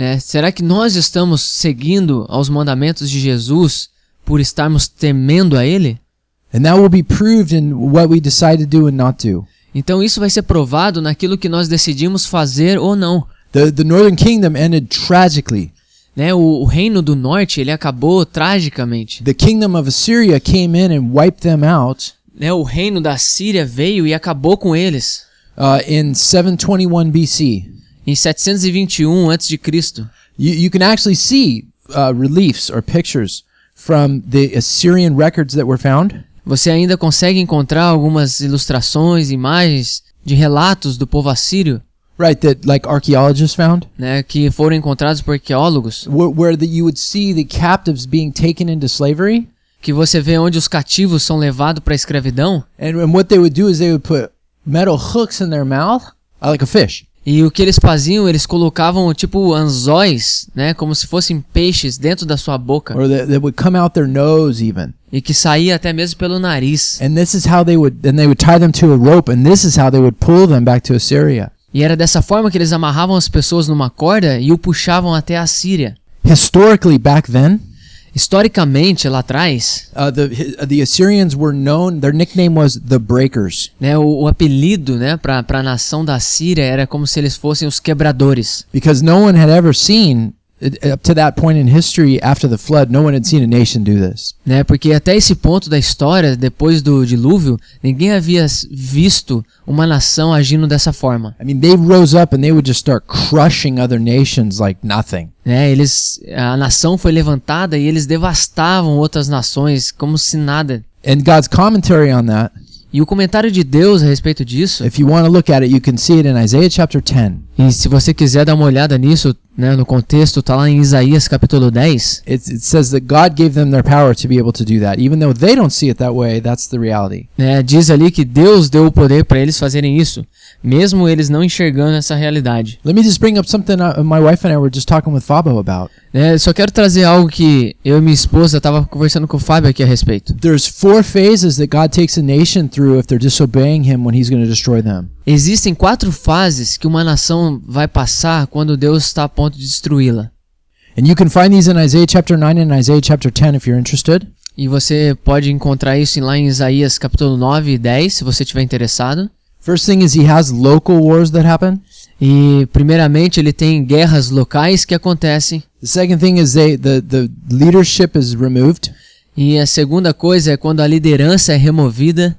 é: será que nós estamos seguindo aos mandamentos de Jesus por estarmos temendo a Ele? And that will be proved in what we decide to do and not do. Então isso vai ser provado naquilo que nós decidimos fazer ou não. The the northern kingdom ended tragically. Né, o, o reino do norte ele acabou tragicamente. The kingdom of Assyria came in and wiped them out Né, o reino da Síria veio e acabou com eles uh, in 721 BC. em 721 a.C. You, you can actually see uh, reliefs or pictures from the Assyrian records that were found. Você ainda consegue encontrar algumas ilustrações, imagens de relatos do povo assírio Right, that like archaeologists found, né, que foram encontrados por arqueólogos, where, where that you would see the captives being taken into slavery, que você vê onde os cativos são levados para a escravidão and, and what they would do is they would put metal hooks in their mouth, uh, like a fish, e o que eles faziam, eles colocavam tipo anzóis, né, como se fossem peixes dentro da sua boca or that, that would come out their nose even. e que saía até mesmo pelo nariz. And this is how they would, and they would tie them to a rope, and this is how they would pull them back to Assyria. E era dessa forma que eles amarravam as pessoas numa corda e o puxavam até a Síria. Historically, back then, Historicamente, lá atrás, uh, the the Assyrians were known. Their nickname was the Breakers né, o, o apelido né, para a nação da Síria era como se eles fossem os quebradores. because no one had ever seen it- up to that point in history after the flood. No one had seen a nation do this. Né, porque até esse ponto da história, depois do dilúvio, ninguém havia s- visto uma nação agindo dessa forma. I mean, they rose up and they would just start crushing other nations like nothing. Né, eles, a nação foi levantada e eles devastavam outras nações como se nada. And God's commentary on that, E o comentário de Deus a respeito disso if you want to look at it, you can see it in Isaiah chapter 10. E se você quiser dar uma olhada nisso, né, no contexto, tá lá em Isaías capítulo 10, It, it says that God gave them their power to be able to do that. Even though they don't see it that way, that's the reality. né, diz ali que Deus deu o poder para eles fazerem isso, mesmo eles não enxergando essa realidade. Let me just bring up something uh, my wife and I were just talking with Fabo about. Né, só quero trazer algo que eu e minha esposa tava conversando com o Fábio aqui a respeito. there's four phases that God takes a nation through if they're disobeying him when he's going to destroy them. Existem quatro fases que uma nação vai passar quando Deus está a ponto de destruí-la. And you can find these in Isaiah chapter 9 and Isaiah chapter 10 if you're interested. E você pode encontrar isso em- lá em Isaías capítulo 9 e 10, se você estiver interessado. First thing is he has local wars that happen. E, primeiramente, ele tem guerras locais que acontecem. The second thing is they the, the leadership is removed. E a segunda coisa é quando a liderança é removida.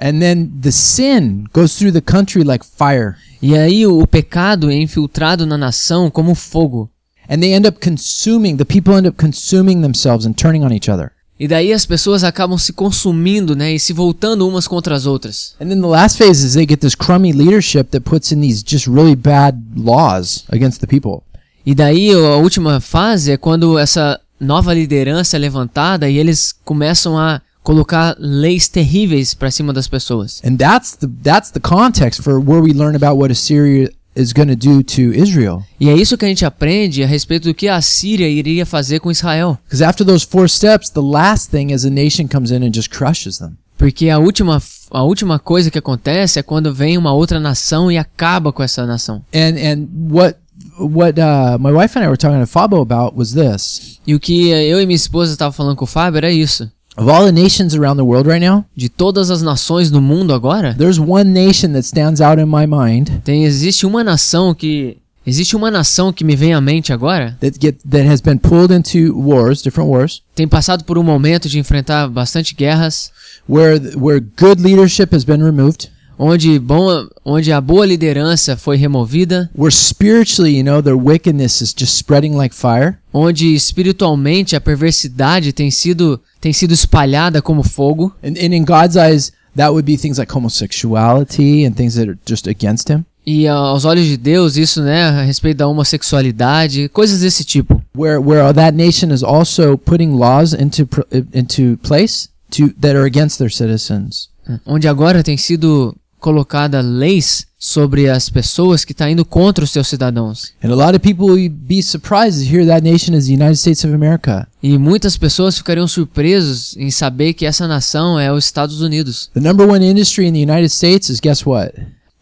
And then the sin goes through the country like fire. E aí o, o pecado é infiltrado na nação como um fogo. And they end up consuming, the people end up consuming themselves and turning on each other. E daí as pessoas acabam se consumindo, né, e se voltando umas contra as outras. And then the last phase is they get this crummy leadership that puts in these just really bad laws against the people. E daí a última fase é quando essa nova liderança é levantada e eles começam a colocar leis terríveis para cima das pessoas. And that's the that's the context for where we learn about what Assyria is going to do to Israel. E é isso que a gente aprende a respeito do que a Síria iria fazer com Israel. Because after those four steps, the last thing is a nation comes in and just crushes them. Porque a última, a última coisa que acontece é quando vem uma outra nação e acaba com essa nação. And and what what uh, my wife and I were talking to Fabo about was this: E o que eh, eu e minha esposa estava falando com o Fábio era isso. of all the nations around the world right now, De todas as nações do mundo agora, there's one nation that stands out in my mind tem existe uma nação que existe uma nação que me vem à mente agora, that get that has been pulled into wars, different wars, tem passado por um momento de enfrentar bastante guerras, where th- where good leadership has been removed, onde bom, onde a boa liderança foi removida, where spiritually, you know, their wickedness is just spreading like fire, onde espiritualmente a perversidade tem sido tem sido espalhada como fogo. and, and in God's eyes, that would be things like homosexuality and things that are just against Him. E ah, aos olhos de Deus, isso, né, a respeito da homossexualidade, coisas desse tipo. where where that nation is also putting laws into pr- into place to that are against their citizens. né, Onde agora tem sido colocada leis sobre as pessoas que estão indo contra os seus cidadãos. And a lot of people would be surprised to hear that nation is the United States of America. E muitas pessoas ficariam surpresos em saber que essa nação é os Estados Unidos. The number one industry in the United States is guess what?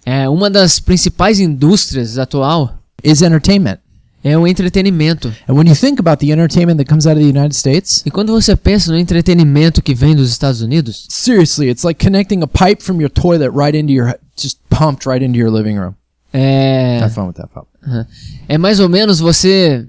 É uma das principais indústrias atual Is entertainment. é o entretenimento. And when you think about the entertainment that comes out of the United States, E quando você pensa no entretenimento que vem dos Estados Unidos, seriously, it's like connecting a pipe from your toilet right into your just pumped right into your living room. é Have fun with that, Bob. Aham. É mais ou menos você.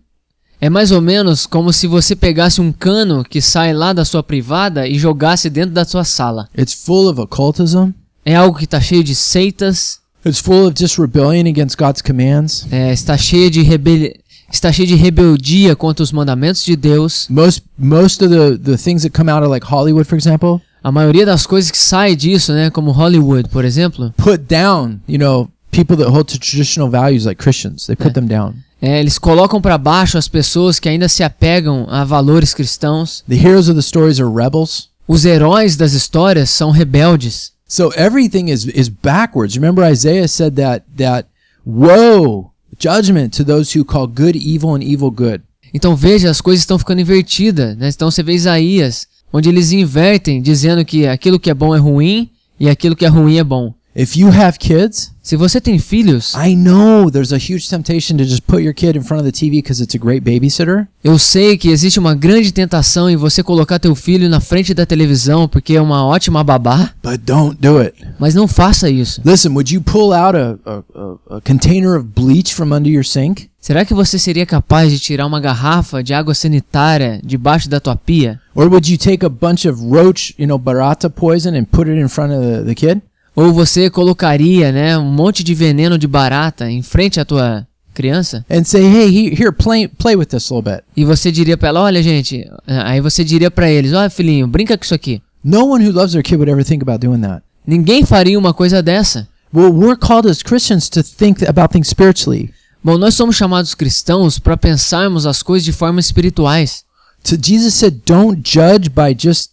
É mais ou menos como se você pegasse um cano que sai lá da sua privada e jogasse dentro da sua sala. It's full of occultism. É algo que está cheio de seitas, It's full of just rebellion against God's commands. é, está cheio de rebel... está cheio de rebeldia contra os mandamentos de Deus. most most of the the things that come out of like Hollywood, for example, A maioria das coisas que sai disso, né, como Hollywood, por exemplo, put down you know people that hold to traditional values like Christians. They put them down. é, eles colocam para baixo as pessoas que ainda se apegam a valores cristãos. The heroes of the stories are rebels. Os heróis das histórias são rebeldes. So everything is is backwards. Remember Isaiah said that that woe judgment to those who call good evil and evil good. Então veja, as coisas estão ficando invertidas, né? Então você vê Isaías, onde eles invertem, dizendo que aquilo que é bom é ruim e aquilo que é ruim é bom. If you have kids, Se você tem filhos, I know there's a huge temptation to just put your kid in front of the TV because it's a great babysitter. eu sei que existe uma grande tentação em você colocar teu filho na frente da televisão porque é uma ótima babá, But don't do it. mas não faça isso. Listen, would you pull out a, a, a- a container of bleach from under your sink? Será que você seria capaz de tirar uma garrafa de água sanitária debaixo da tua pia? Or would you take a bunch of roach, you know, barata poison and put it in front of the, the kid? Ou você colocaria, né, um monte de veneno de barata em frente à tua criança? And say, hey, he, here, play, play with this a little bit. E você diria pra ela, olha gente, eh, aí você diria pra eles, olha filhinho, brinca com isso aqui. No one who loves their kid would ever think about doing that. Ninguém faria uma coisa dessa. Well, we're called as Christians to think about things spiritually. Bom, nós somos chamados cristãos pra pensarmos as coisas de forma espirituais. So Jesus said, don't judge by just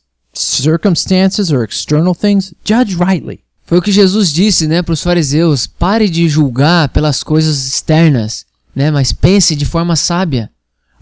circumstances or external things. Judge rightly. Foi o que Jesus disse, né, pros fariseus, pare de julgar pelas coisas externas, né, mas pense de forma sábia.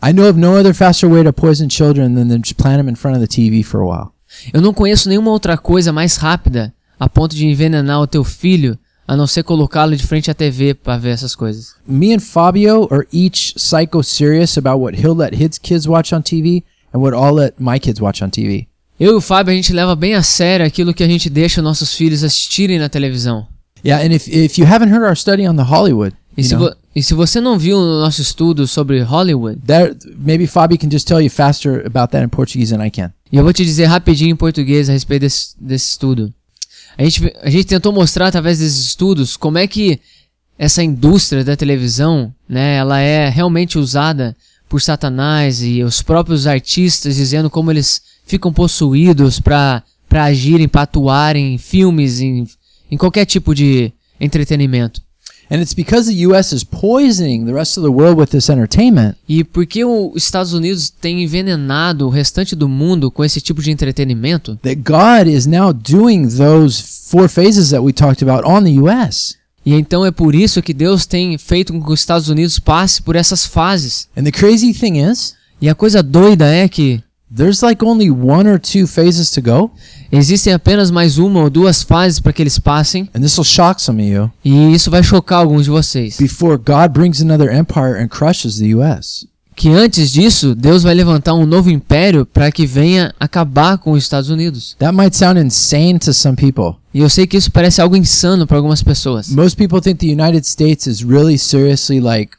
I know of no other faster way to poison children than to just plant them in front of the TV for a while. Eu não conheço nenhuma outra coisa mais rápida a ponto de envenenar o teu filho, a não ser colocá-lo de frente à TV pra ver essas coisas. Me and Fabio are each psycho serious about what he'll let his kids watch on TV and what I'll let my kids watch on TV. Eu e o Fábio, a gente leva bem a sério aquilo que a gente deixa nossos filhos assistirem na televisão. Yeah, and if if you haven't heard our study on the Hollywood, E you se, know? vo- e se você não viu o nosso estudo sobre Hollywood, There, maybe Fabi can just tell you faster about that in Portuguese than I can. e eu vou te dizer rapidinho em português a respeito desse, desse estudo. A gente, vi- a gente tentou mostrar através desses estudos como é que essa indústria da televisão, né, ela é realmente usada por Satanás e os próprios artistas dizendo como eles ficam possuídos para para agirem, para atuarem em filmes, em, em qualquer tipo de entretenimento. And it's because the U.S. is poisoning the rest of the world with this entertainment E porque os Estados Unidos tem envenenado o restante do mundo com esse tipo de entretenimento, that God is now doing those four phases that we talked about on the U.S. e então é por isso que Deus tem feito com que os Estados Unidos passe por essas fases. And the crazy thing is, E a coisa doida é que there's like only one or two phases to go, existem apenas mais uma ou duas fases para que eles passem, and this will shock some of you, e isso vai chocar alguns de vocês. before God brings another empire and crushes the U.S. Que antes disso, Deus vai levantar um novo império para que venha acabar com os Estados Unidos. That might sound insane to some people. E eu sei que isso parece algo insano para algumas pessoas. Most people think the United States is really seriously like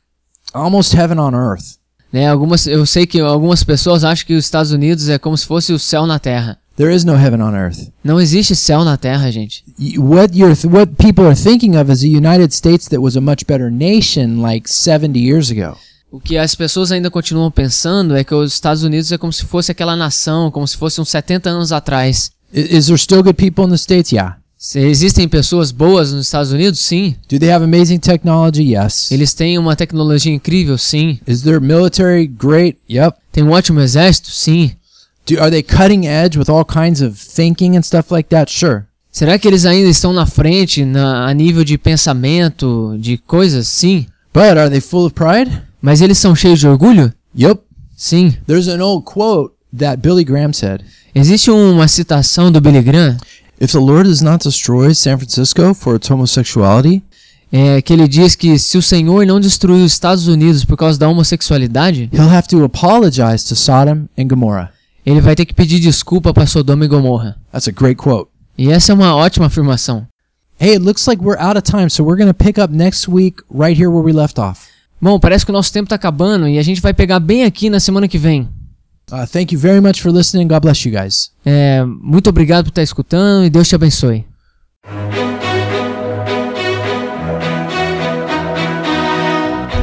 almost heaven on earth. Né, algumas, eu sei que algumas pessoas acham que os Estados Unidos é como se fosse o céu na terra. There is no heaven on earth. Não existe céu na terra, gente. Y- What you're th- what people are thinking of is the United States that was a much better nation like 70 years ago. O que as pessoas ainda continuam pensando é que os Estados Unidos é como se fosse aquela nação, como se fosse uns 70 anos atrás. I- Is there still good people in the states? Yeah. Se existem pessoas boas nos Estados Unidos? Sim. Do they have amazing technology? Yes. Eles têm uma tecnologia incrível? Sim. Is their military great? Yep. Tem um ótimo exército? Sim. Do, are they cutting edge with all kinds of thinking and stuff like that? Sure. Será que eles ainda estão na frente na, a nível de pensamento, de coisas? Sim. But are they full of pride? Mas eles são cheios de orgulho? Yep. Sim. There's an old quote that Billy Graham said. Existe uma citação do Billy Graham If the Lord does not destroy San Francisco for its homosexuality, é, que ele diz que se o Senhor não destruir os Estados Unidos por causa da homossexualidade, he'll have to apologize to Sodom and Gomorrah. ele vai ter que pedir desculpa para Sodoma e Gomorra. That's a great quote. E essa é uma ótima afirmação. Hey, it looks like we're out of time, so we're going to pick up next week right here where we left off. Bom, parece que o nosso tempo tá acabando e a gente vai pegar bem aqui na semana que vem. Uh, thank you very much for listening. God bless you guys. É, muito obrigado por estar escutando e Deus te abençoe.